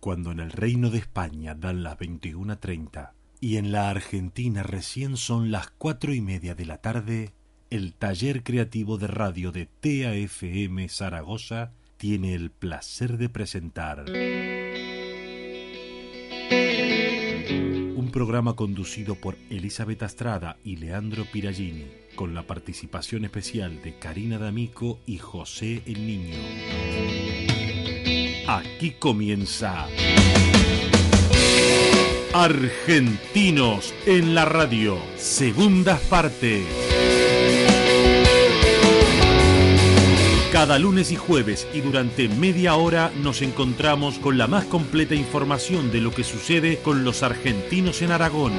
cuando en el reino de españa dan las veintiuna treinta y en la argentina recién son las cuatro y media de la tarde el taller creativo de radio de tafm zaragoza tiene el placer de presentar un programa conducido por Elizabeth Astrada y Leandro Piragini, con la participación especial de Karina D'Amico y José el Niño. Aquí comienza Argentinos en la radio, segundas partes. Cada lunes y jueves y durante media hora nos encontramos con la más completa información de lo que sucede con los argentinos en Aragón.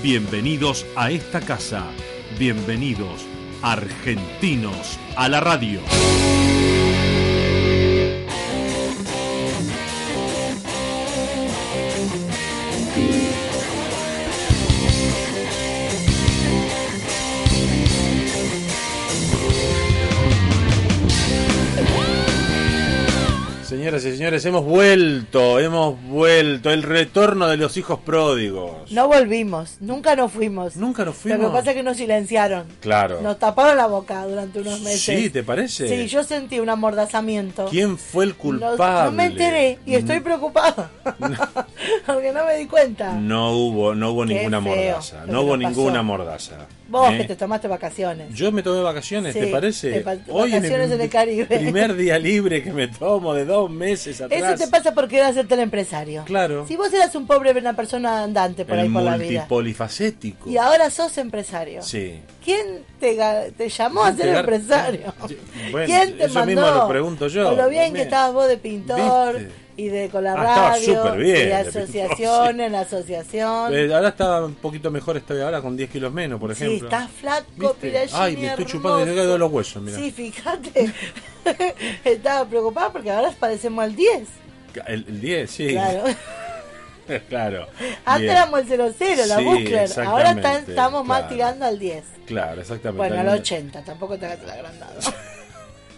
Bienvenidos a esta casa, bienvenidos argentinos a la radio. Señoras y señores, hemos vuelto, hemos vuelto. El retorno de los hijos pródigos. No volvimos, nunca nos fuimos. Nunca nos Lo fuimos. que pasa es que nos silenciaron. Claro. Nos taparon la boca durante unos meses. Sí, ¿te parece? Sí, yo sentí un amordazamiento. ¿Quién fue el No- culpable? Mm. No, me enteré y estoy preocupada. Porque no me di cuenta. No hubo, no hubo Qué ninguna feo mordaza. lo No que hubo nos pasó. ninguna mordaza. Vos ¿Eh? que te tomaste vacaciones. Yo me tomé vacaciones, Sí, ¿te parece? te pa- es mi vacaciones en el Caribe. Primer día libre que me tomo de dos meses atrás. Eso te pasa porque eras el empresario. Claro. Si vos eras un pobre, una persona andante por ahí el por la vida. multipolifacético. Y ahora sos empresario. Sí. ¿Quién te, ga- te llamó a ser Llegar- empresario? Yo- bueno, ¿Quién te eso mandó? mismo lo pregunto yo, Con lo bien también. que estabas vos de pintor ¿Viste? y de con la Ah, estaba radio, súper bien y de de pintor, asociación en asociación. Eh, ahora está un poquito mejor, estoy ahora con 10 kilos menos, por sí, ejemplo. estás flaco, ¿Viste? Piragini, Ay, me estoy chupando hermoso. y de los huesos, mira. Sí, fíjate. Estaba preocupada porque ahora parecemos al 10. El, el 10, sí. Claro. claro. Antes Bien. éramos el 00, la Sí, Buckler. Ahora está- exactamente, estamos más claro. tirando al 10. Claro, exactamente. Bueno, al Alguna- 80, tampoco te hagas el agrandado.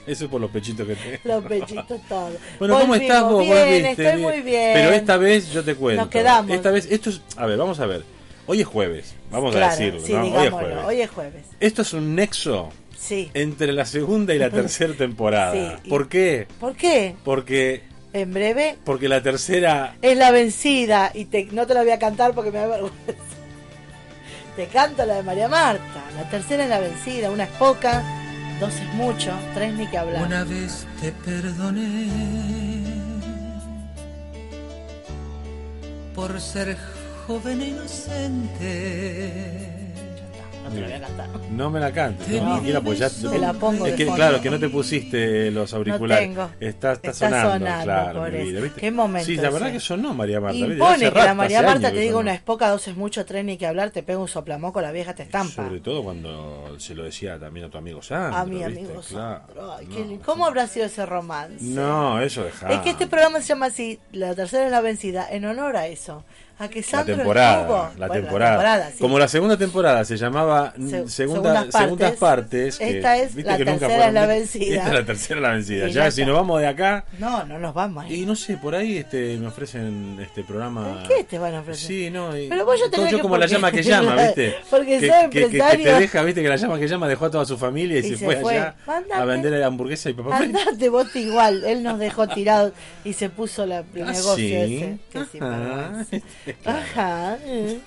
Eso es por los pechitos que te. Los pechitos todos. Bueno, ¿cómo Volvimos, estás vos? Pues Bien, Volviste, estoy muy bien. Pero esta vez yo te cuento. quedamos. Esta vez, esto es. A ver, vamos a ver. Hoy es jueves, vamos Claro, a decirlo, sí, ¿no? Hoy es digámoslo, jueves. Hoy es jueves. Esto es un nexo Sí. entre la segunda y la tercera temporada. Sí, y- ¿Por qué? ¿Por qué? Porque, En breve porque la tercera. es la vencida y te- no te la voy a cantar porque me da vergüenza. Te canto la de María Marta. La tercera es la vencida. Una es poca, dos es mucho, tres ni que hablar. Una vez te perdoné por ser joven e inocente. No te la voy a cantar. No me la cantes, no, No. ni siquiera, pues ya- Te la pongo Es de que, fondo. claro, que no te pusiste los auriculares. tengo. Está, está, Está sonando, sonando, claro, mi pobre. vida, ¿viste? Qué momento Sí, la verdad ese. que sonó María Marta. ¿viste? Hace Impone que la rato, María hace Marta años te que diga sonó. una es poca, dos es mucho, tres ni que hablar, te pega un soplamoco, la vieja te estampa. Sobre todo cuando se lo decía también a tu amigo Sandro. A Ah, mi ¿viste? amigo Claro, Sandro. Ay, no. qué lindo. ¿Cómo habrá sido ese romance? No, Ah. eso dejá. Es que este programa se llama así, la tercera es la vencida, en honor a eso, a que La Sandro temporada, estuvo- la Bueno, temporada. temporada, sí. Como la segunda temporada se llamaba mm, Se- segunda, Segundas segundas, Partes. Partes. que, Esta es viste la que nunca tercera es la fueron- vencida. Esta es la tercera es la vencida. Y ya, ya si está. nos vamos de acá. No, no nos vamos. ahí. Y no sé, por ahí este, me ofrecen este programa. ¿En qué te van a ofrecer? Sí, no. y- Pero vos ya tenés yo que como la porque- llama que llama, ¿viste? porque que, sos que- que- que empresario. te deja, ¿viste? Que la llama que llama dejó a toda su familia y, se, fue, allá Mandate. a vender hamburguesa y papá frito. Andate vos igual, él nos dejó tirados y se puso la, el Ah, negocio sí. ese. Qué Ajá. sinvergüenza. Claro. Ajá. eh.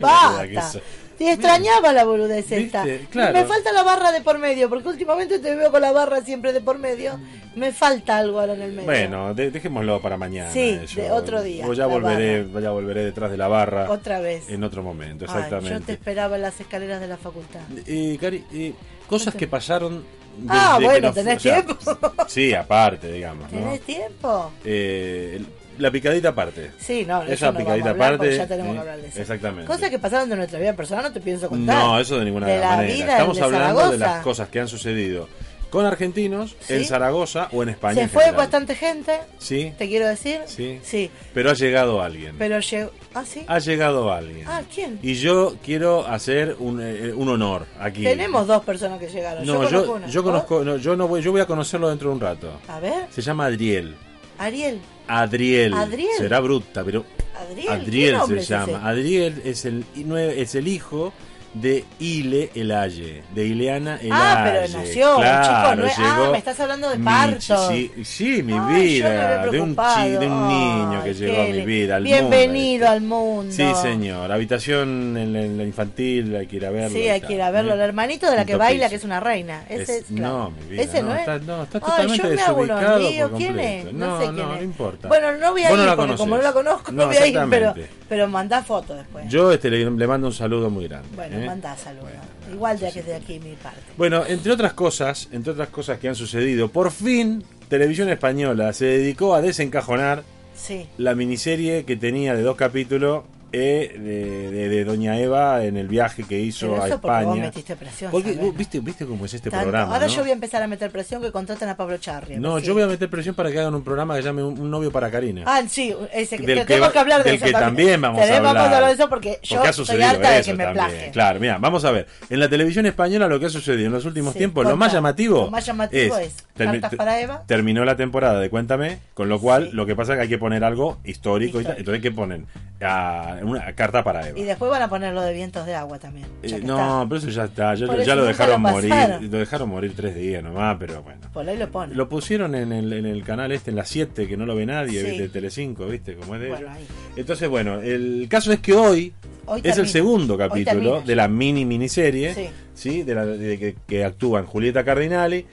La verdad que Basta. eso. Te extrañaba la boludez Viste, esta. claro. Me falta la barra de por medio, porque últimamente te veo con la barra siempre de por medio. Me falta algo ahora en el medio. Bueno, de- dejémoslo para mañana. Sí, eso. de otro día, O la ya volveré, ya volveré detrás de la barra. Otra vez. En otro momento, Ay, exactamente. yo te esperaba en las escaleras de la facultad. Eh, Cari, eh, cosas que pasaron. Ah, desde que bueno, nos- tenés tiempo. Sí, aparte, digamos. ¿no? ¿Tenés tiempo? Eh, el- la picadita aparte. Sí, no, Esa no picadita vamos a hablar, aparte, porque Ya tenemos ¿eh? que hablar de eso. Exactamente. Cosas que pasaron de nuestra vida personal no te pienso contar. No, eso de ninguna De la manera. vida Estamos de hablando de Zaragoza. las cosas que han sucedido con argentinos Sí. en Zaragoza o en España. Se en fue general. bastante gente, Sí, te quiero decir. Sí. pero ha llegado alguien. Pero llegó. ¿Ah, sí? Ha llegado alguien. Ah, ¿quién? Y yo quiero hacer un, eh, un honor aquí. Tenemos dos personas que llegaron. No, yo, una. yo ¿Vos? conozco, no, yo no voy, yo voy a conocerlo dentro de un rato. A ver. Se llama Adriel. Ariel. Adriel. Adriel. Será bruta, pero Adriel. Adriel ¿qué se nombre es llama. Adriel es el, i- nue- es el hijo de Ile Elaye, de Ileana Elaye. ese? Ah, pero nació, un claro, chico no llegó Ah, me estás hablando de mi- parto. Sí, sí, mi Ay, yo me vida, habré de un, chi- preocupado. de un niño que Ay, llegó a mi Kele. vida. Al Bienvenido mundo, al mundo. Sí, señor. Habitación en la, en la infantil, hay que ir a verlo. Sí, y ¿eh? hay tal. que ir a verlo. El hermanito de la que Quinto baila, piso. que es una reina. Ese es, No, mi vida. Ese no, es. Está, no, está Ay, totalmente yo me hago unos desubicado líos, por ¿quién completo. es? No No, sé no, quién es. no importa. Bueno, no voy a Vos no ir, la porque como no conocés. la conozco, no, No, voy a ir, pero, exactamente. pero mandá fotos después. Yo este, le, le mando un saludo muy grande. bueno, ¿eh? mandá saludos. Igual ya que es de aquí mi parte. Bueno, entre otras cosas, entre otras cosas que han sucedido, por fin Televisión Española se dedicó a desencajonar Sí. la miniserie que tenía de dos capítulos eh, de, de- de Doña Eva en el viaje que hizo Pero a eso porque vos España. metiste presión. Porque, ¿sabés? vos, ¿viste, ¿Viste cómo es este Tanto. programa? Ahora no? yo voy a empezar a meter presión que contraten a Pablo Charri. No, yo voy a meter presión para que hagan un programa que llame un, un novio para Karina. Ah, sí, ese que, Del que que tengo va- que hablar de del eso. que también vamos a Tenés- Vamos a hablar. hablar de eso porque yo Porque ha estoy sucedido harta de eso que me también. plaje. Claro, mira, vamos a ver. En la televisión española lo que ha sucedido en los últimos Sí, tiempos, contá. lo más llamativo, Lo más llamativo es termi- Cartas para Eva. Terminó la temporada de Cuéntame, con lo cual lo que pasa es que hay que poner algo histórico. y Histórico. tal. entonces, ¿qué ponen? Ah, una carta para Eva. Y después van a poner lo de vientos de agua también. ya Eh, que no, pero eso ya está. Ya, Por ya eso lo nunca dejaron lo morir. pasaron. Lo dejaron morir tres días nomás, pero bueno. está. Por ahí lo ponen. Lo pusieron en el, en el canal este, en la 7, que no lo ve nadie, Sí. ¿viste? de Telecinco, ¿viste? Como es de Bueno, ellos. ahí. Entonces, bueno, el caso es que hoy, Hoy es termina. el segundo Hoy capítulo termina. de la mini miniserie, Sí. sí. De la, de que, que actúan Julieta Cardinali,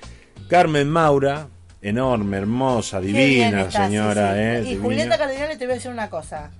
Carmen Maura, enorme, hermosa, Qué bien divina está, sí, señora, sí. ¿eh? Y divina. Julieta Cardinale te voy a decir una cosa.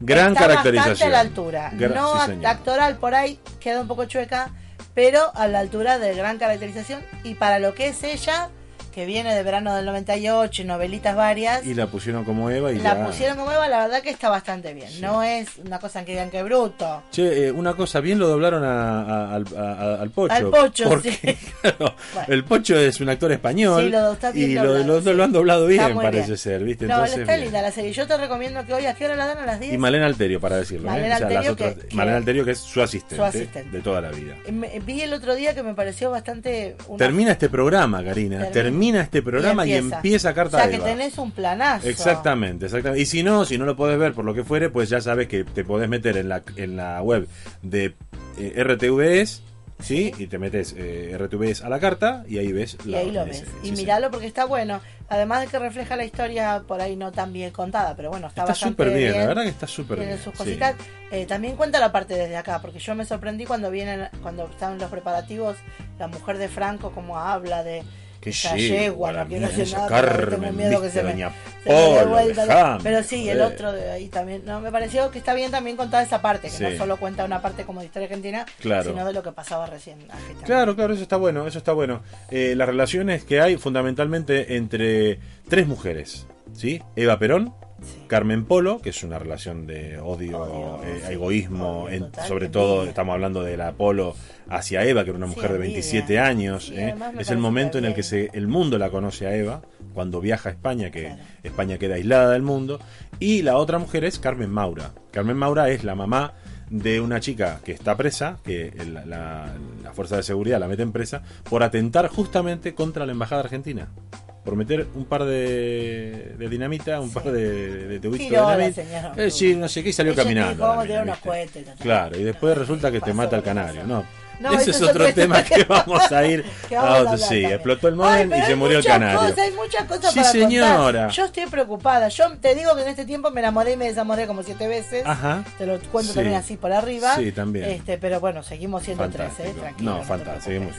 gran está bastante caracterización. a la altura. Gra- no sí, act- señor. actoral por ahí queda un poco chueca, pero a la altura de gran caracterización y para lo que es ella, que viene de verano del 98 y novelitas varias. Y la pusieron como Eva y la ya. pusieron como Eva, la verdad que está bastante bien. No es una cosa en que digan que bruto. Che, eh, una cosa, bien lo doblaron a- a- al, a- al Pocho. Al Pocho, porque, sí. claro, Bueno. el Pocho es un actor español Sí, lo está bien y doblado, lo, lo- sí. lo han doblado Está bien, muy parece bien. ser, ¿viste? No, Entonces, está bien. linda la serie. Yo te recomiendo que hoy, ¿a qué hora la dan? A las 10. Y Malena Alterio, para decirlo. ¿eh? Malena O sea, las Alterio otras- que- que- Malena Alterio, que es su asistente, Su asistente. de toda la vida. Me- Vi el otro día que me pareció bastante. una- Termina este programa, Karina. Termina. Termina, este programa y empieza, Carta O sea, de Eva. que tenés un planazo. Exactamente, exactamente. Y si no, si no lo podés ver por lo que fuere, pues ya sabes que te podés meter en la, en la web de eh, RTVS, ¿sí? Y te metes eh, RTVS a la carta y ahí ves Y la- ahí lo ese- ves. Y sí, sí. miralo porque está bueno. Además de que refleja la historia por ahí no tan bien contada, pero bueno, está, Está bastante súper bien, la verdad que está súper Tiene bien. sus sí. cositas. Eh, también cuenta la parte desde acá, porque yo me sorprendí cuando vienen, cuando estaban los preparativos, la mujer de Franco, como habla de Qué esa yegua, yegua, la no quiero mía, hacer esa nada, pero tengo Carmen, miedo que viste, se me- doña se me dé Polo, vuelta la- dejame, Pero sí, el joder. otro de ahí también. No, me pareció que está bien también contada esa parte, que Sí. no solo cuenta una parte como de historia argentina, Claro. sino de lo que pasaba recién. argentina. Claro, claro, eso está bueno, eso está bueno. Eh, las relaciones que hay fundamentalmente entre tres mujeres, ¿sí? Eva Perón, Sí. Carmen Polo, que es una relación de odio, Odio, eh, sí. egoísmo, Odio en- total, sobre qué todo envidia. estamos hablando de la Polo hacia Eva, que era una Sí, mujer de envidia. 27 años. Sí, eh. además me Es parece el momento en el también. que se, el mundo la conoce a Eva, cuando viaja a España, que Claro. España queda aislada del mundo. Y la otra mujer es Carmen Maura. Carmen Maura es la mamá de una chica que está presa, que el- la, la fuerza de seguridad la mete en presa, por atentar justamente contra la embajada argentina. Por meter un par de, de dinamita, un Sí. par de, de tubitos de Tiró la dinamita. señora. Eh, sí, no sé qué, y salió Ella caminando. dijo, vamos a la mina, tirar unos ¿viste? cohetes, total. Claro, y después resulta que te Pasó mata el lo que canario, pasó. ¿no. No, Ese es otro tema que vamos a ir. que vamos a a hablar otro- sí, también. explotó el Ay, modem pero y hay se murió el muchas canario. cosas, hay muchas cosas Sí, para contar. señora. Yo estoy preocupada. Yo te digo que en este tiempo me enamoré y me desamoré como siete veces. Ajá. Te lo cuento Ah. Sí. también así por arriba. Sí, también. Este, pero bueno, seguimos siendo tres, ¿eh? Fantástico. Tranquilo. No, te fantástico, preocupes.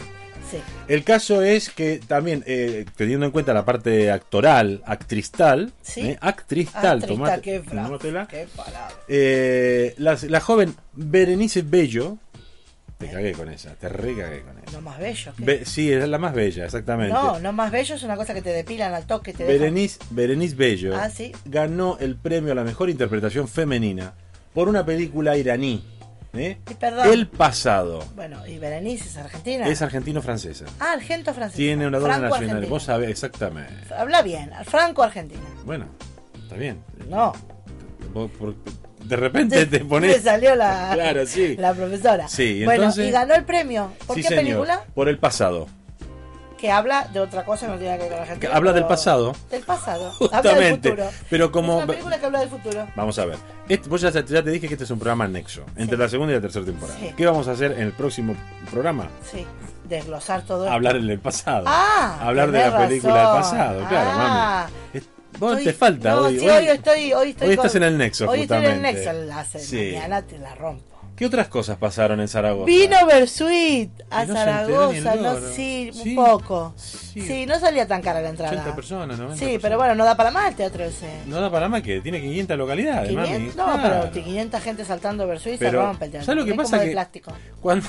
Sí. El caso es que también, eh, teniendo en cuenta la parte actoral, actristal, Sí. ¿eh? actristal, Actrista, tomate- Ah, qué frase, tomátela. qué palabra. Eh, la, la joven Berenice Bello, Eh. te cagué con esa, te recagué con esa. No más bello. ¿qué? Be- sí, es la más bella, exactamente. no, no más bello es una cosa que te depilan al toque. Te dejan- Berenice, Berenice Bello Ah, sí. ganó el premio a la mejor interpretación femenina por una película iraní. ¿eh? Y perdón. El pasado. Bueno, y Berenice es argentina. Es argentino-francesa. Ah, argento francés. Tiene una doble Franco nacional. argentino. Vos sabés, exactamente. Habla bien, franco argentina. Bueno, está bien. No. Vos por- de repente te Le pones. salió la, Claro, sí. la profesora. Sí, bueno, entonces- y ganó el premio. ¿Por Sí, qué señor. película? Por el pasado. que habla de otra cosa que no tiene nada que ver con la Que Argentina. habla del pero- pasado. Del pasado. Habla del Justamente. futuro. Pero Es como. una película que habla del futuro. Vamos a ver. Este- vos ya, ya te dije que este es un programa nexo. Entre Sí. la segunda y la tercera temporada. Sí. ¿Qué vamos a hacer en el próximo programa? Sí. Desglosar todo esto. Hablar del pasado. Ah, Hablar de tenés la película del razón. pasado. Claro, Ah, mami. Es- Vos estoy- te falta no, hoy. sí, hoy- hoy estoy, hoy estoy hoy con- estás en el nexo, Hoy estoy en el justamente. Nexo. La hace- Sí. Mañana te la rompo. ¿Qué otras cosas pasaron en Zaragoza? Vino Bersuit a Y no se enteró ni el Zaragoza, no, loro. sí, Sí. un poco. Sí. Sí. no salía tan cara la entrada. 80 personas, 90 sí, personas. pero bueno, no da para más el teatro ese. No da para más que tiene 500 localidades, mami. 500, no, Claro. pero 500 gente saltando Bersuit se Pero, rompe el teatro. ¿sabes lo que es pasa como que- Este, de plástico. Cuando-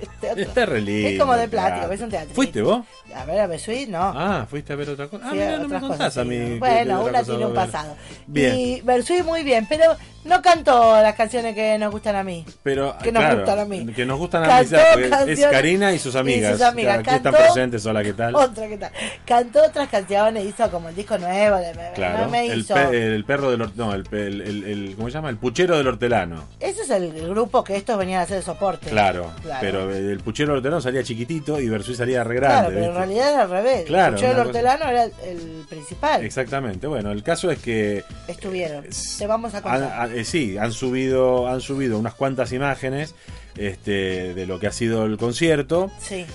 El teatro. Está re lindo, es como de el plástico, teatro. es un teatro. ¿Fuiste vos? A ver, a Bersuit no. Ah, fuiste a ver otra cosa. Ah, Sí, mira, no me otras contás cosas, a sí. mí. que- que otra Bueno, una cosa tiene un va a ver. pasado. Bien. Y Versuit muy bien, pero no cantó las canciones que nos gustan a mí. Pero, que nos claro, gustan a mí. Que nos gustan a mí. Cantó ¿sabes? Porque Es canciones- Karina y sus amigas. y sus amigas. que Aquí están Cantó- presentes. Hola, ¿qué tal? Otra que tal. Cantó otras canciones, hizo como el disco nuevo de me- Claro. no me el, hizo. pe- el perro del hor- No, el, pe- el, el- el- ¿Cómo se llama? El puchero del hortelano. Ese es el, el grupo que estos venían a hacer de soporte. Claro, Claro. Pero el puchero del hortelano salía chiquitito y Versuit salía re grande. Claro, pero en ¿viste? realidad era al revés. Claro, el Puchero del una cosa- hortelano era el, el principal. Exactamente. Bueno, el caso es que Estuvieron. Es- Te vamos a Han- contar. han- eh, sí, han subido, han subido unas cuantas imágenes este, de lo que ha sido el concierto. sí.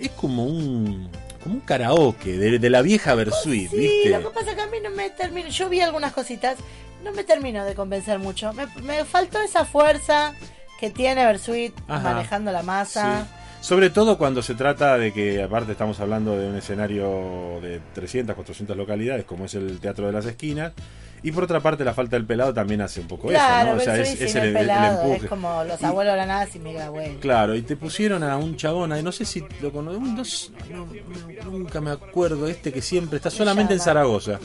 Es como un, como un karaoke de, de la vieja Versuit, Sí, ¿viste? lo que pasa es que a mí no me termino. Yo vi algunas cositas, no me termino de convencer mucho. Me, me faltó esa fuerza que tiene Bersuit Ajá. manejando la masa. Sí. Sobre todo cuando se trata de que, aparte estamos hablando de un escenario de 300, 400 localidades, como es el Teatro de las Esquinas, y por otra parte la falta del pelado también hace un poco Claro, eso, ¿no? O sea, Bersuit sin es, es el, el, el- el pelado, empuje. es como los Y- abuelos la nada sin mi abuelo. Claro, y te pusieron a un chabón, ahí, no sé si lo conoces, nunca me acuerdo, este que siempre está solamente en llama? Zaragoza.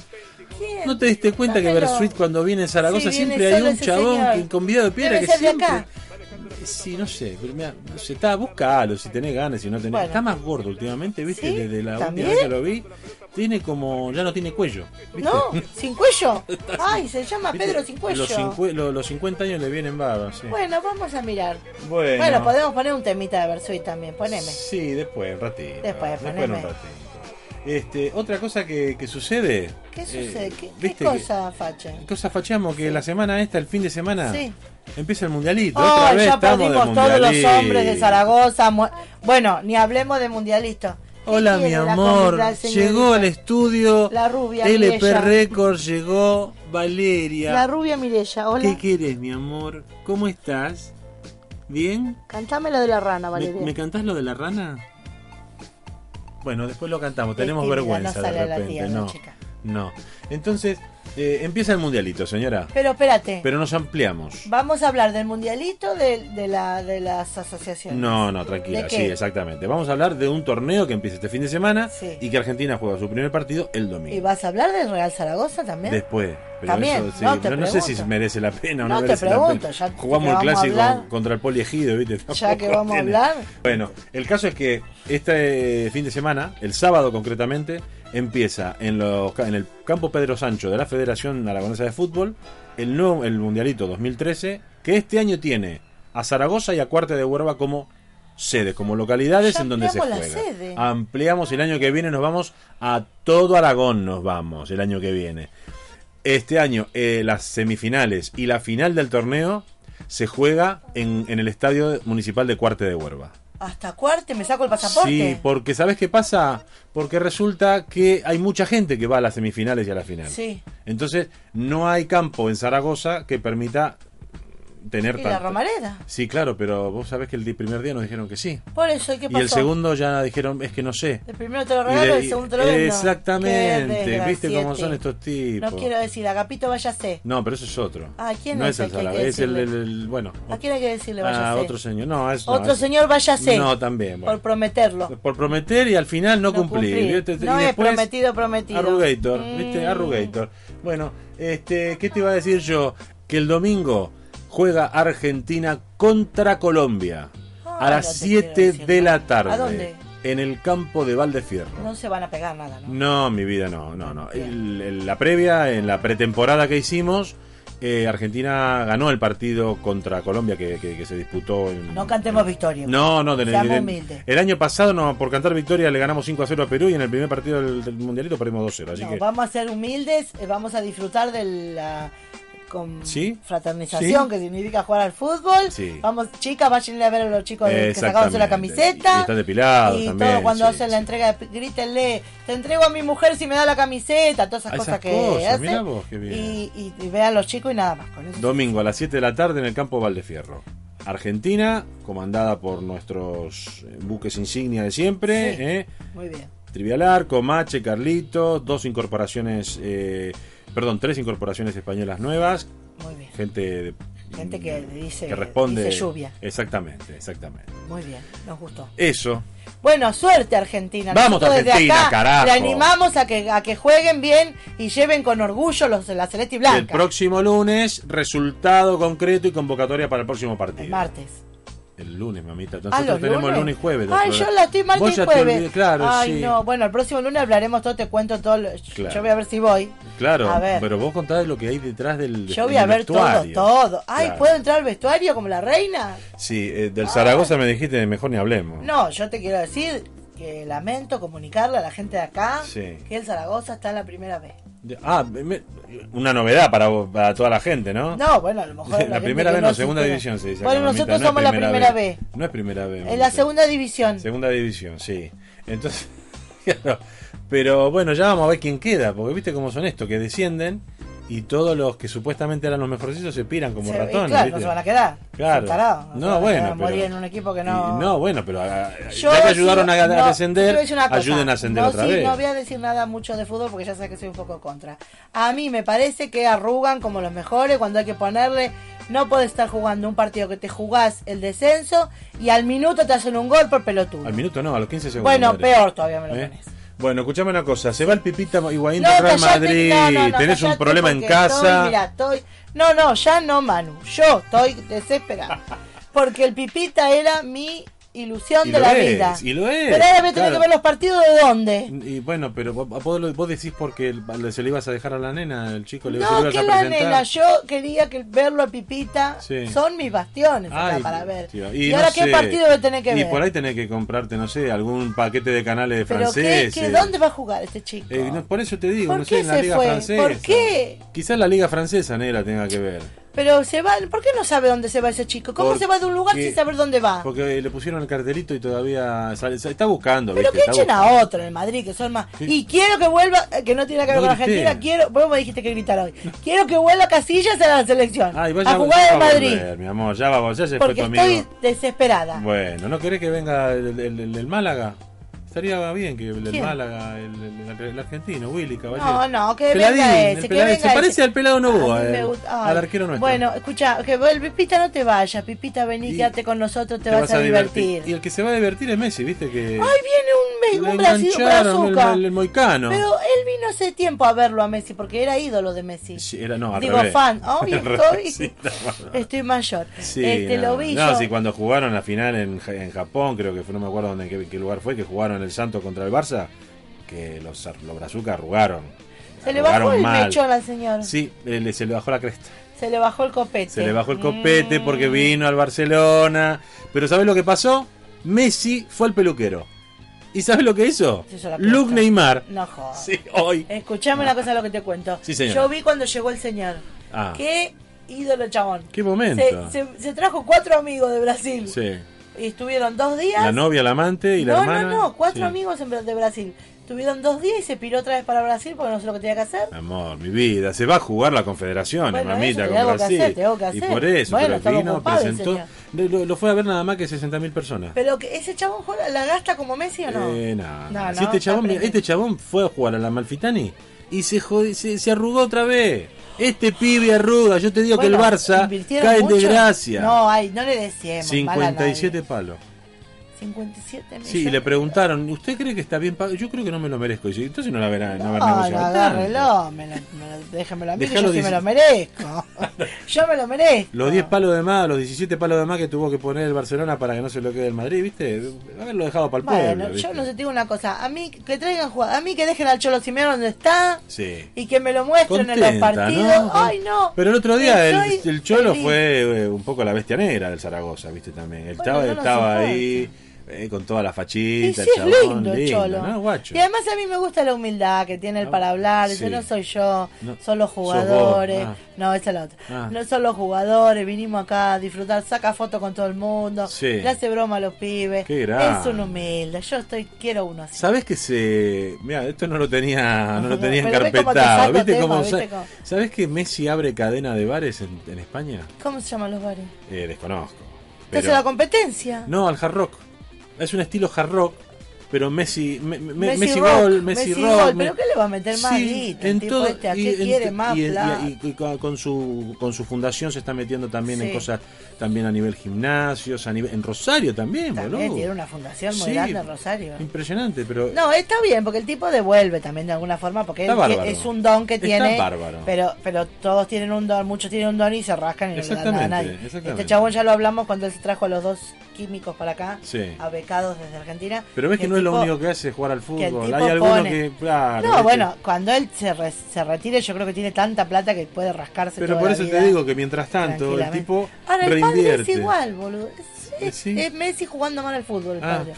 ¿Quién? ¿No te diste cuenta que Dámelo. Versuit cuando viene en Zaragoza Sí, viene siempre hay solo un ese chabón señor. que, con video de piedra Debe que ser de siempre... acá. Eh, Sí, no sé, pero mira, no sé, está, buscalo si tenés ganas, si no tenés... Bueno. Está más gordo últimamente, ¿viste? ¿Sí? Desde la ¿También? última vez que lo vi, tiene como... ya no tiene cuello. ¿viste? No, sin cuello. Ay, se llama ¿Viste? Ah, Pedro sin cuello. Los, cincue- lo- los 50 años le vienen barba, sí. Bueno, vamos a mirar. Bueno. Bueno, podemos poner un temita de Bersuit también, poneme. Sí, después, un ratito. Después, en un poneme. ratito. Este, otra cosa que, que sucede. ¿Qué eh, sucede? ¿Qué, qué ¿viste cosa, Facha? Que, cosa fachamos que la semana esta, el fin de semana, Sí. empieza el mundialito. Oh, otra vez ya estamos de perdimos todos los mundialito. hombres de Zaragoza. mu- Bueno, ni hablemos de mundialistas. ¿Qué Hola, quiere mi la amor. comida, el señor? Llegó al estudio La rubia, LP Mireia. Records, llegó Valeria. La rubia Mirella, hola. ¿Qué quieres, mi amor? ¿Cómo estás? ¿Bien? Cantame lo de la rana, ¿Me, Valeria. me cantás lo de la rana? Bueno, después lo cantamos, tenemos Qué tímida, vergüenza no sale de a la repente, tía, la no. chica. No. Entonces, eh, empieza el mundialito, señora. Pero espérate, Pero nos ampliamos. vamos a hablar del mundialito de, de la, de las asociaciones. No, no, tranquila, ¿De qué? sí, exactamente. Vamos a hablar de un torneo que empieza este fin de semana Sí. y que Argentina juega su primer partido el ¿Y domingo. vas a hablar del Real Zaragoza también? Después. Pero También, eso, sí, no te no, no sé si pregunto. merece la pena o no, No te merece la pregunto, pena. ya que Jugamos el vamos a clásico hablar. contra el Poli Ejido, ¿viste? Ya que vamos a Tiene- hablar. Bueno, el caso es que este fin de semana, el sábado concretamente, empieza en, los, ca- en el campo Pedro Sancho de la Federación Aragonesa de Fútbol el nuevo el Mundialito 2013, que este año tiene a Zaragoza y a Cuarte de Huerva como sede, como localidades Ya en donde se juega. ampliamos la sede. Ampliamos el año que viene, nos vamos a todo Aragón, nos vamos el año que viene. Este año eh, las semifinales y la final del torneo se juega en, en el Estadio Municipal de Cuarte de Huerva. ¿Hasta cuarte me saco el pasaporte? Sí, porque ¿sabes qué pasa? Porque resulta que hay mucha gente que va a las semifinales y a la final. Sí. Entonces, no hay campo en Zaragoza que permita tener ¿Y la tanta- Romareda? Sí, claro, pero vos sabés que el di- primer día nos dijeron que sí. Por eso, ¿y qué Y pasó? el segundo ya dijeron, es que no sé. El primero te lo Y regalo, de- el segundo te lo vendo. Exactamente, Qué viste cómo desgraciate. son estos tipos. No quiero decir, Agapito, váyase. No, pero eso es otro. Ah, ¿quién no es es el el que hay que Zaragoza, es el, decirle? el- el- bueno. ¿A quién hay que decirle váyase? Ah, otro señor. No, es, no, Otro es- señor, váyase. No, también. bueno. Por prometerlo. Por prometer y al final no, No cumplir. cumplir. ¿viste? No Y es después, prometido, prometido. Arrugator, Mm. ¿viste? Arrugator. Bueno, este, ¿qué te iba a decir yo? Que el domingo juega Argentina contra Colombia Ah, a no las te quiero 7 decir de la nada. tarde. ¿A dónde? En el campo de Valdefierro. No se van a pegar nada, ¿no? No, mi vida, no, no, no. El- el- la previa, en la pretemporada que hicimos, eh, Argentina ganó el partido contra Colombia que, que- que se disputó en... No cantemos victoria. No, no, del- Seamos del- humildes. el año pasado no, por cantar victoria le ganamos 5 a 0 a Perú y en el primer partido del, del Mundialito perdimos 2 a 0. Así No, que... Vamos a ser humildes, eh, vamos a disfrutar de la con Sí, fraternización sí. que significa jugar al fútbol. Sí. Vamos, chicas, vayan a ver a los chicos que sacaron la Exactamente. camiseta. Y están depilados Y también, todo, cuando sí, hacen sí. la entrega, grítenle, te entrego a mi mujer si me da la camiseta, todas esas Ah, esas cosas que cosas, hacen. mirá vos, qué bien. Y, y- y vean los chicos y nada más. Con eso Domingo a las 7 de la tarde en el campo Valdefierro. Argentina, comandada por nuestros eh, buques insignia de siempre. Sí. ¿eh? Muy bien. Trivialar, Comache, Carlito, dos incorporaciones, eh, perdón, tres incorporaciones españolas nuevas, Muy bien, gente, de- Gente que dice- que responde, dice lluvia. Exactamente, exactamente. muy bien, nos gustó. Eso, Bueno, suerte Argentina. Vamos, Argentina, carajo. Le animamos a que, a que jueguen bien y lleven con orgullo los, la celeste y el blanca. próximo lunes, resultado concreto y convocatoria para el próximo partido. El martes. El lunes, mamita. Ah, Nosotros ¿los tenemos el lunes y jueves. del Ay, yo programa. la estoy Vos martes y ya te jueves. olvidé, claro, Ay, sí. no. Bueno, el próximo lunes hablaremos todo, te cuento todo. lo- Claro. Yo voy a ver si voy. Claro, A ver. pero vos contás lo que hay detrás del Yo voy del a ver todo, vestuario. todo. Ay, Claro. ¿puedo entrar al vestuario como la reina? Sí, eh, del Zaragoza me dijiste, mejor ni hablemos. No, yo te quiero decir que lamento comunicarle a la gente de acá Sí. que el Zaragoza está en la primera vez. De- Ah, me- me- una novedad para, vos- para toda la gente, ¿no? No, bueno, a lo mejor. la gente primera que vez, no, se segunda entera. división se dice. Bueno, acá, mamita, nosotros no es somos la primera vez. No es primera vez. En la mamita. segunda división. Segunda división, sí. Entonces, claro. Pero bueno, ya vamos a ver quién queda, porque viste cómo son estos, que descienden y todos los que supuestamente eran los mejorcitos se piran como Se- y ratones. claro, no ¿viste? se van a quedar. Claro. Son tarados, No, se van a bueno, quedar a morir pero- en un equipo que Y- no. no, bueno, pero ah, ah, Yo ya que sí- ayudaron a, a no, yo te descender, voy decir una cosa. ayuden a ascender No, otra sí, vez. No voy a decir nada mucho de fútbol porque ya sabes que soy un poco contra. A mí me parece que arrugan como los mejores cuando hay que ponerle. No puedes estar jugando un partido que te jugás el descenso y al minuto te hacen un gol por pelotudo. Al minuto no, a los 15 segundos. bueno, madre. peor todavía me lo ¿Eh? pones. Bueno, escuchame una cosa. Se va el Pipita Higuaín No, del Real callate, Madrid. no, no, no, Tenés un callate problema en porque casa. estoy- mirá, estoy- No, no, ya no, Manu. Yo estoy desesperada. Porque el Pipita era mi ilusión Y de lo la es, vida. y lo es, Pero ahora me tenés claro. que ver los partidos de dónde. Y bueno, pero vos, vos lo- vos decís porque el- se le ibas a dejar a la nena, el chico le se No, lo ibas que a la presentar. nena, yo quería que verlo al Pipita. Sí. Son mis bastiones acá Ay, para ver. tío, Y, no ahora, sé. ¿qué partido voy a tener que Y ver? por ahí tenés que comprarte, no sé, algún paquete de canales ¿Pero qué, franceses. qué- ¿Dónde va a jugar este chico? Eh, no, por eso te digo, ¿Por no qué sé, en la se liga fue? francesa. ¿Por qué? Quizás la liga francesa negra tenga que ver. Pero se va, ¿por qué no sabe dónde se va ese chico? ¿Cómo Porque- se va de un lugar sin saber dónde va? Porque eh, le pusieron el cartelito y todavía sale- sale- está buscando. Pero ¿viste? que Está echen buscando. a otro en el Madrid, que son más. Sí. Y quiero que vuelva, eh, que no tiene nada que ver No con grité. Argentina, quiero, vos me dijiste que gritar hoy. Quiero que vuelva Casillas a la selección. Ay, vaya- a jugar ya en va a Madrid. volver, mi amor, ya va, ya se fue tu porque amigo. estoy desesperada. Bueno, ¿no querés que venga el, el- el- el Málaga? Estaría bien que el, el ¿Quién? Málaga, el, el- el argentino, Willy No, Caballero. no, que Peladín, venga el ese, que Peladín. venga Se parece ese. al pelado Novoa, A mí me el- gusta- ay. eh, al arquero nuestro. Bueno, escucha, que vuel- Pipita no te vaya, Pipita vení, Y- quédate con nosotros, te, vas, a divertir. Y el que se va a divertir es Messi, viste que... Ay, viene un, lo me- un brasileño, un engancharon, el, brazuca. el- el moicano. Pero él vino hace tiempo a verlo a Messi, porque era ídolo de Messi. Sí, era, no, al Digo, revés. fan. Obvio, Al revés, estoy, sí, está mal. estoy mayor. Sí, este, no, lo vi no, yo. sí, cuando jugaron la final en, Ja- en Japón, creo que fue, no me acuerdo dónde, en qué, qué lugar fue, que jugaron el Santos contra el Barça, que los, ar- los Brazucas arrugaron. se le Arrugaron bajó el mal. mechón al señor. Sí, eh, le- se le bajó la cresta. Se le bajó el copete. Se le bajó el copete Mm. porque vino al Barcelona. Pero ¿sabes lo que pasó? Messi fue al peluquero. ¿Y sabes lo que hizo? Se hizo la cresta. Luke Neymar. No Eh, jodas. Sí, hoy. Escuchame una cosa de lo que te cuento. Sí, señora. Yo vi cuando llegó el señor. Ah. Qué ídolo el chabón. Qué momento. Se, se- se trajo cuatro amigos de Brasil. Sí. Y estuvieron dos días. La novia, la amante y la no, hermana. no, no, cuatro Sí. amigos en- de Brasil. Tuvieron dos días y se piró otra vez para Brasil porque no sé lo que tenía que hacer. Amor, mi vida, se va a jugar la Confederación, Bueno, mamita, eso, con tengo que Brasil. hacer, tengo que y hacer. por eso, Bueno, pero estaba vino, ocupado el presentó. Lo, lo fue a ver nada más que 60.000 personas. Pero que ese chabón juega- la gasta como Messi o no? Eh, nada. No, Si no, este, está chabón, aprendiendo. este chabón fue a jugar a la Malfitani y se, jod- se, se arrugó otra vez. Este pibe arruga, yo te digo que el Bueno, Barça ¿invirtieron cae en mucho? desgracia. No, ay, no le decíamos. mal a nadie. 57 palos. 57 millones. Sí, y le preguntaron, ¿usted cree que está bien pagado? Yo creo que no me lo merezco. Y dice, entonces no la verán, no No, haber no, negociado tanto. agárrelo, me lo, me lo- déjamelo a mí, que Dejalo yo sí me dice- lo merezco. yo me lo merezco. Los 10 palos de más, los 17 palos de más que tuvo que poner el Barcelona para que no se lo quede el Madrid, ¿viste? Haberlo dejado para el Bueno, pueblo. yo ¿viste? no sé, te digo una cosa. A mí que traigan jugad- a mí que dejen al Cholo Simeone donde está Sí. y que me lo muestren en los Contenta, partidos. ¿no? Ay, no. Pero el otro día el, Estoy el Cholo feliz. fue eh, un poco la bestia negra del Zaragoza, ¿viste? También. Él Bueno, estaba, no lo estaba soporto. ahí eh, con toda la Y fachita, sí, el es chabón, lindo el lindo, Cholo. ¿no, guacho? Y además a mí me gusta la humildad que tiene él Ah, para hablar. Dice, sí. no soy yo, No, son los sos vos, jugadores. ah. No, esa es la otra. Ah. No son los jugadores, vinimos acá a disfrutar, saca fotos con todo el mundo, Sí. le hace broma a los pibes. Qué grande. Es un humilde, yo estoy quiero uno así. ¿Sabés que se.? Mira, esto no lo tenía, no lo tenía Pero ve cómo te encarpetado. saco ¿Viste tema, cómo, viste sa- cómo- ¿Sabés que Messi abre cadena de bares en, en España? ¿Cómo se llaman los bares? Eh, desconozco. Entonces Pero- la competencia. No, al hard rock. Es un estilo hard rock, pero Messi, me- me- Messi Messi, rock, Gol, Messi, Messi Rock. gol, me- pero ¿qué le va a meter más guita el tipo este? ¿A qué en quiere to- más y- y- plata? y- y con, con su, con su fundación se está metiendo también Sí. en cosas también a nivel gimnasios, a nivel, en Rosario también, También boludo. tiene una fundación muy Sí, grande en Rosario. Impresionante, pero No, está bien, porque el tipo devuelve también de alguna forma, porque él Está tie- bárbaro. es un don que Está tiene. bárbaro. Pero, pero todos tienen un don, muchos tienen un don y se rascan y no le dan nada a Exactamente, nadie. exactamente. Este chabón ya lo hablamos cuando él se trajo a los dos químicos para acá, Sí. a becados desde Argentina. pero ves que el no es lo tipo- único que hace jugar al que el fútbol. tipo Hay algunos pone. que claro, No, ¿viste? bueno, cuando él se, re- se retire, yo creo que tiene tanta plata que puede rascarse. Pero toda por la eso te vida digo que mientras tanto el tranquilamente. tipo Ahora, el padre es reinvierte. Eh, igual, boludo. Es, es- Sí. es Messi jugando mal al fútbol, el Ah. padre.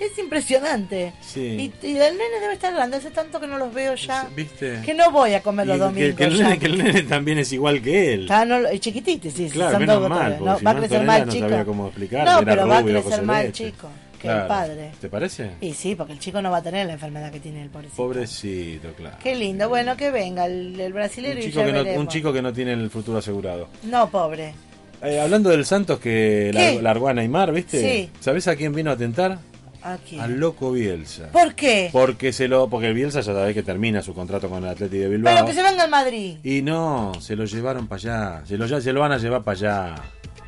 Es impresionante. Sí. Y, y el nene debe estar grande, hace tanto que no los veo ya. ¿Viste? Que no voy a comer los Y domingos. que, que el ya. nene, que el nene también es igual que él. Está, no, lo- es chiquitito, sí, sí, Claro, son menos dos mal, botones, porque ¿no? si va a no, crecer Antonella mal no chico. sabía cómo explicar, No, que era pero va a rubio, crecer ojos mal celestes. chico que Claro. el padre. ¿Te parece? Y sí, porque el chico no va a tener la enfermedad que tiene el pobrecito. Pobrecito, claro. Qué lindo, bueno, que venga el, el un brasilero y chico, ya que no, un veremos. chico que no tiene el futuro asegurado. No, pobre. Eh, hablando del Santos que ¿Qué? lar- largó a Neymar, ¿viste? Sí. ¿Sabés a quién vino a tentar? Aquí. Al loco Bielsa. ¿Por qué? Porque se lo porque el Bielsa ya sabés que termina su contrato con el Atleti de Bilbao. Pero que se venga al Madrid. Y no, se lo llevaron para allá. Se lo, ya, se lo van a llevar para allá.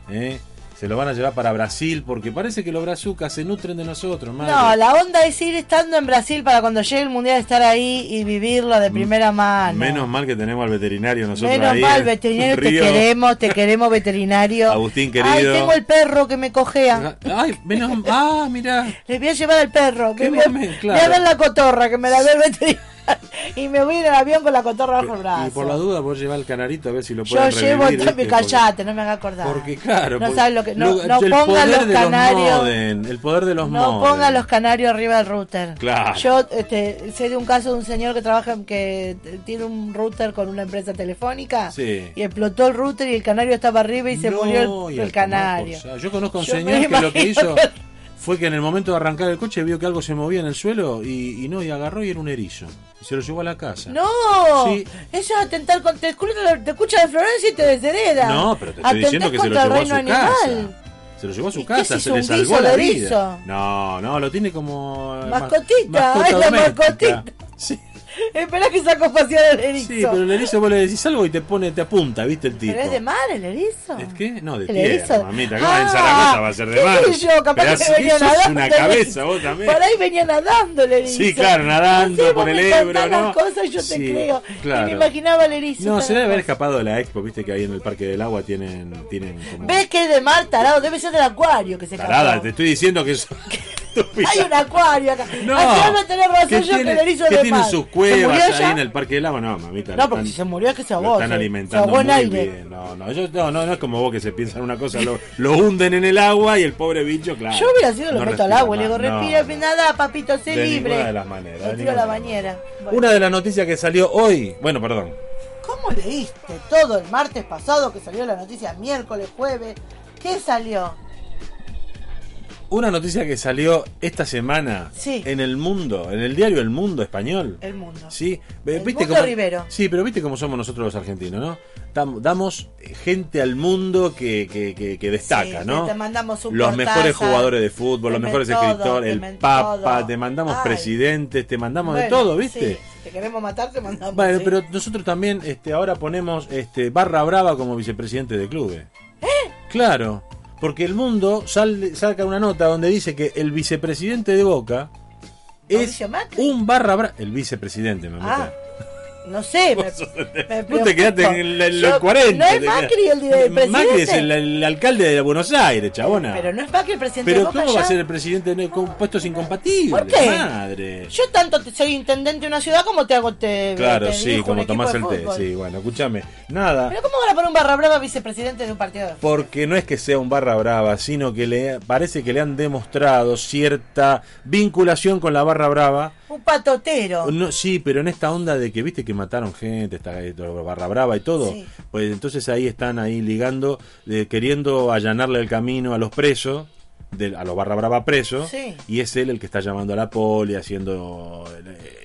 ¿eh? Se lo van a llevar para Brasil porque parece que los brazucas se nutren de nosotros, madre. No, la onda es ir estando en Brasil para cuando llegue el mundial estar ahí y vivirlo de primera mano. Mm, Menos mal que tenemos al veterinario nosotros Menos ahí mal, en veterinario, te Río. queremos, te queremos, veterinario. Agustín, Ay, querido. tengo el perro que me cojea. Ay, menos Ah, mirá. Les voy a llevar al perro. Qué me voy, a- momento, voy a claro. ver la cotorra que me la ve el veterinario. Y me voy en el avión con la cotorra bajo el brazo. Y por la duda vos llevar el canarito a ver si lo Yo pueden llevo también, revivir, ¿viste? Porque- callate, no me haga acordar. Porque claro, no porque- sabes lo que. No, lo- no el pongan poder los de los canarios. modem, el poder de los No modem. ponga los canarios arriba del router. Claro. Yo este, sé de un caso de un señor que trabaja, que tiene un router con una empresa telefónica Sí. y explotó el router y el canario estaba arriba y se No, murió el, y el al canario. tomar por saco. Yo conozco a un Yo me señor que lo que imagino hizo que- fue que en el momento de arrancar el coche vio que algo se movía en el suelo y, y no, y agarró y era un erizo. Y se lo llevó a la casa. No, Sí. eso es atentar contra el culo, te escucha de Florencia y te deshereda. No, pero te estoy Atentás diciendo que se lo contra el llevó a su reino animal. casa. Se lo llevó a ¿Y su qué casa, se se hizo, le un salvó guiso la de vida. erizo? No, no, lo tiene como eh, ma- Mascotita, mascota es la doméstica. mascotita. Sí, Espera que saco a pasear el erizo. sí, pero el erizo vos le decís algo y te pone, te apunta, ¿viste el tipo? ¿Pero es de mar el erizo? ¿Es qué? No, de ¿El tierra, erizo? mamita. ¿Cómo en Ah, Zaragoza va a ser de mar? ¿Qué sé yo? Capaz Pero que así venía sos nadando. una el erizo. cabeza vos también. Por ahí venía nadando el erizo. Sí, claro, nadando No sé, por vos el me Ebro, contás ¿no? las cosas y yo te Sí, creo. claro. Y me imaginaba el erizo. No, tal se debe haber cosa. escapado de la expo, viste que ahí en el Parque del Agua tienen, tienen como... ¿Ves que es de mar, tarado? Debe ser del acuario que se Tarada, escapó. te estoy diciendo que... sos- estúpida. Hay un acuario acá. No, Al final va a tener razón ¿Qué yo que tiene- el erizo qué es de tienen mar. sus ¿Se cuevas murió ahí ya? en el Parque del Agua? No, mamita. No, lo porque están- si se murió es que se lo ahogó. están se- alimentando se ahogó en muy aire. bien. No, no, yo- no, no, no es como vos que se piensan una cosa, lo, lo hunden en el agua y el pobre bicho, claro. Yo hubiera sido, lo no meto al respira agua, y le digo, más. No, respira, no. nada, papito, sé De libre. ninguna de las maneras, de Lo tiro ninguna a la de las bañera. Bueno. Una de las noticias que salió hoy, bueno, perdón, ¿Cómo leíste todo el martes pasado que salió la noticia miércoles, jueves? ¿Qué salió? una noticia que salió esta semana Sí. en el mundo, en el diario El Mundo español. El mundo. Sí, eh, El viste mundo cómo- Rivero. Sí, pero viste cómo somos nosotros los argentinos, ¿no? Dam- damos gente al mundo que, que, que- que destaca, Sí, ¿no? te mandamos un los Cortázar, mejores jugadores de fútbol, te los mejores men- todo, escritores, te el men- Papa, todo. te mandamos Ay. presidentes, te mandamos de Bueno, todo, ¿viste? sí, si te queremos matar, te mandamos. Bueno, sí. pero nosotros también ¿Eh? este, ahora ponemos este, Barra Brava como vicepresidente de clubes. Claro. Porque el mundo sale- saca una nota donde dice que el vicepresidente de Boca es Mauricio Macri. un barra bra- El vicepresidente, me Ah, meto. no sé. Me, Vos sos- me vos preocupo. te quedaste en el- en los Yo- 40. No es te quedaste. Macri el, di- el presidente. Macri es el, el alcalde de Buenos Aires, chabona. Pero no es Macri el presidente Pero de Boca ¿cómo va a ya. ser el presidente de- con puestos incompatibles? ¿Por qué? Madre. Yo tanto te- soy intendente de una ciudad como te hago te Claro, te sí, dirijo un como Este equipo tomás de el té. fútbol. Sí, bueno, escúchame. Nada. Pero ¿cómo van a poner un barra brava vicepresidente de un partido? de fútbol? Porque no es que sea un barra brava, sino que le parece que le han demostrado cierta vinculación con la barra brava. Un patotero. No, sí, pero en esta onda de que viste que mataron gente, esta esta barra brava y todo, Sí. pues entonces ahí están ahí ligando, eh, queriendo allanarle el camino a los presos, del- a los barra brava presos, Sí. y es él el que está llamando a la poli, haciendo eh,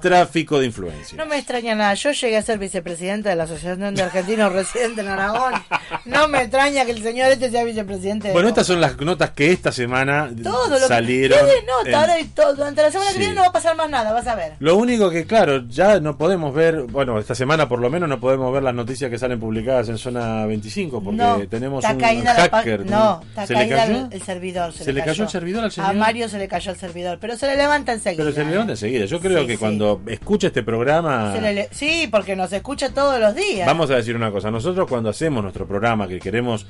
tráfico de influencia. Ah. No me extraña nada. Yo llegué a ser vicepresidente de la Asociación de Argentinos Residentes en Aragón. No me extraña que el señor este sea vicepresidente. de Bueno, Boca. estas son las notas que esta semana todo lo salieron. que. ¿Qué desnota? en- Ahora y todo. Durante la semana Sí. que viene no va a pasar más nada, vas a ver. Lo único que, claro, ya no podemos ver, bueno, esta semana por lo menos no podemos ver las noticias que salen publicadas en zona 25, porque no, tenemos está un caída la pa- hacker. no, está ¿Se le caída cayó? el, el servidor. Se, ¿Se le cayó el servidor al A señor? Mario se le cayó el servidor, pero se le levanta enseguida. Pero se le ¿eh? levanta enseguida. Yo creo Sí, que sí. cuando escucha este programa... Se le le- sí, porque nos escucha todos los días. Vamos a decir una cosa, nosotros cuando hacemos nuestro programa que queremos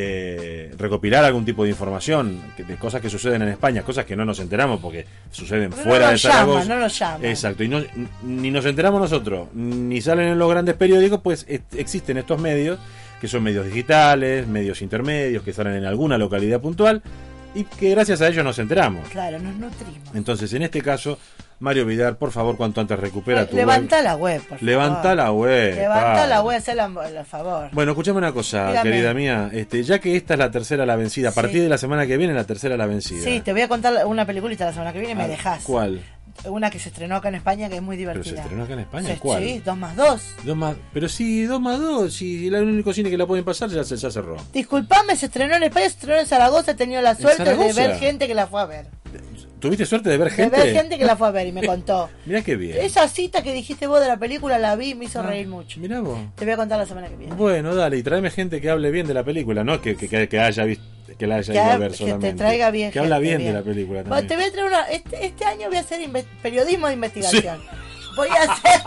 eh, recopilar algún tipo de información que- de cosas que suceden en España, cosas que no nos enteramos porque suceden Pero no fuera nos de Zaragoza. llaman, no nos llaman. Exacto, y no- ni nos enteramos nosotros, ni salen en los grandes periódicos, pues es- existen estos medios que son medios digitales, medios intermedios, que salen en alguna localidad puntual y que gracias a ellos nos enteramos. Claro, nos nutrimos. Entonces, en este caso, Mario Vidar, por favor, cuanto antes recupera tu Ah, Levanta web. la web, por favor. Levanta la web. Levanta la padre. web, hazla, por favor. Bueno, escúchame una cosa, Dígame. querida mía. Este, ya que esta es la tercera la vencida, a Sí. partir de la semana que viene la tercera la vencida. Sí, te voy a contar una peliculita la semana que viene y me Ah, dejás. ¿Cuál? Una que se estrenó acá en España que es muy divertida. se estrenó acá en España, Se- ¿cuál? Sí, dos más dos. Dos más, pero si dos más dos, si el único cine que la pueden pasar ya se ya cerró. Disculpame, se estrenó en España, se estrenó en Zaragoza, he tenido la suerte de Zaragoza? ver gente que la fue a ver. ¿Tuviste suerte de ver gente? De ver gente que la fue a ver y me contó. Mirá qué bien. Ah. Esa cita que dijiste vos de la película la vi y me hizo reír mucho. Mirá vos. Te voy a contar la semana que viene. Bueno, dale, y tráeme gente que hable bien de la película, no que, que- que- que haya visto, que la haya Que, ido a ha- ver que solamente. te traiga bien. Que habla gente, bien, de la película Bueno, también. te voy a traer una. Este, este año voy a hacer inve- periodismo de investigación. Voy a hacer.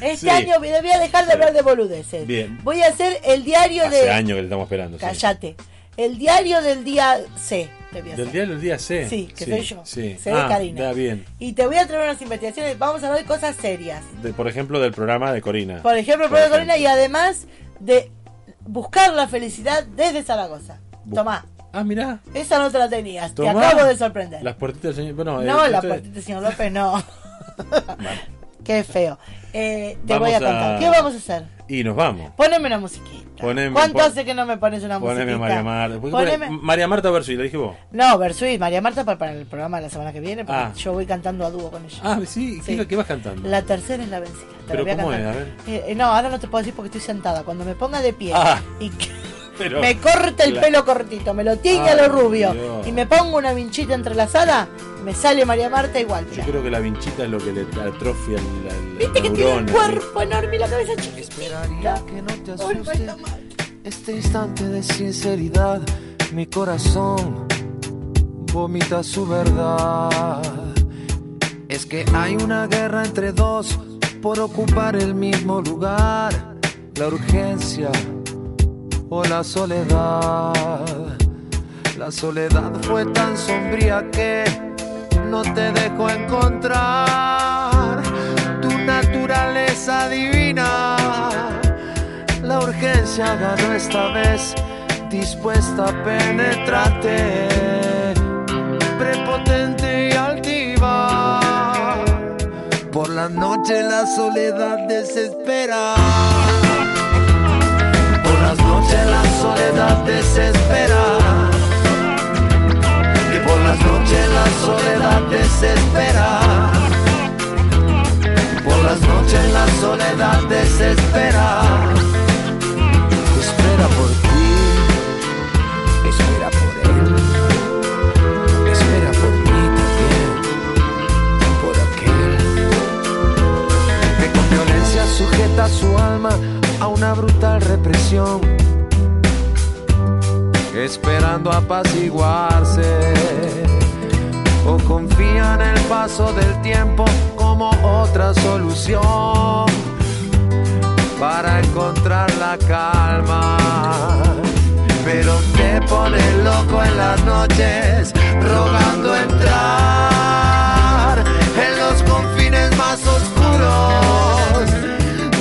Este Sí. año voy voy a dejar de hablar de boludeces. Bien. Voy a hacer el diario Hace de. años que le estamos esperando. sí. Cállate. El diario del día C. Te voy a Del hacer. día del día C. Sí, que sí, soy yo. Sí. Se ve Ah, Karina. Está bien. Y te voy a traer unas investigaciones. Vamos a hablar de cosas serias. de- por ejemplo, del programa de Corina. Por ejemplo, Ah, Por Pablo Corina, ejemplo. y además de buscar la felicidad desde Zaragoza. Bu- Tomá. Ah, mirá. Esa no te la tenías. Tomá. Te acabo de sorprender. Las puertitas del señor. Bueno, eh, No, la entonces, puertita, señor López, no. Qué feo. Eh, te Vamos voy a contar. a- ¿Qué vamos a hacer? Y nos vamos. Poneme una musiquita. Poneme- ¿Cuánto pon- hace que no me pones una Poneme musiquita? a María Marta. Porque Poneme- pone- María Marta Versuit, le dije vos. No, Versuit, María Marta para, para el programa de la semana que viene, porque Ah. yo voy cantando a dúo con ella. Ah, sí, ¿qué Sí. es lo que vas cantando? La tercera es la vencida. te Pero la voy a ¿cómo es? cantar. A ver. Eh, eh, no, ahora no te puedo decir porque estoy sentada. Cuando me ponga de pie Ah. y que- Pero- me corta el La- pelo cortito, me lo tiñe a Ay, lo rubio Dios. y me pongo una vinchita entrelazada, me sale María Marta igual. Yo mirá. creo que la vinchita es lo que le atrofia el- la, la Viste que tiene un neurona. cuerpo enorme y la cabeza chiquitita. Esperaría que no te Uy, no asuste está mal. este instante de sinceridad. Mi corazón vomita su verdad. Es que hay una guerra entre dos por ocupar el mismo lugar. La urgencia o la soledad. La soledad fue tan sombría que no te dejó encontrar tu naturaleza divina. La urgencia ganó esta vez, dispuesta a penetrarte, prepotente y altiva. Por la noche la soledad desespera. Por las noches la soledad desespera. Que por las noches la soledad desespera. Por las noches la soledad desespera. Espera por ti. Espera por él. Espera por mí también. Por aquel que con violencia sujeta su alma a una brutal represión. esperando apaciguarse. O confía en el paso del tiempo como otra solución para encontrar la calma. Pero te pones loco en las noches, rogando entrar en los confines más oscuros.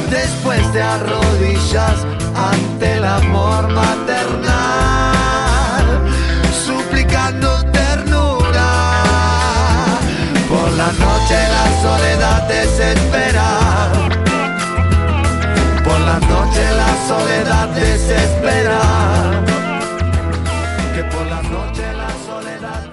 Después te arrodillas ante el amor maternal, suplicando ternura. Por la noche la soledad desespera. Por la noche la soledad desespera. Que por la noche la soledad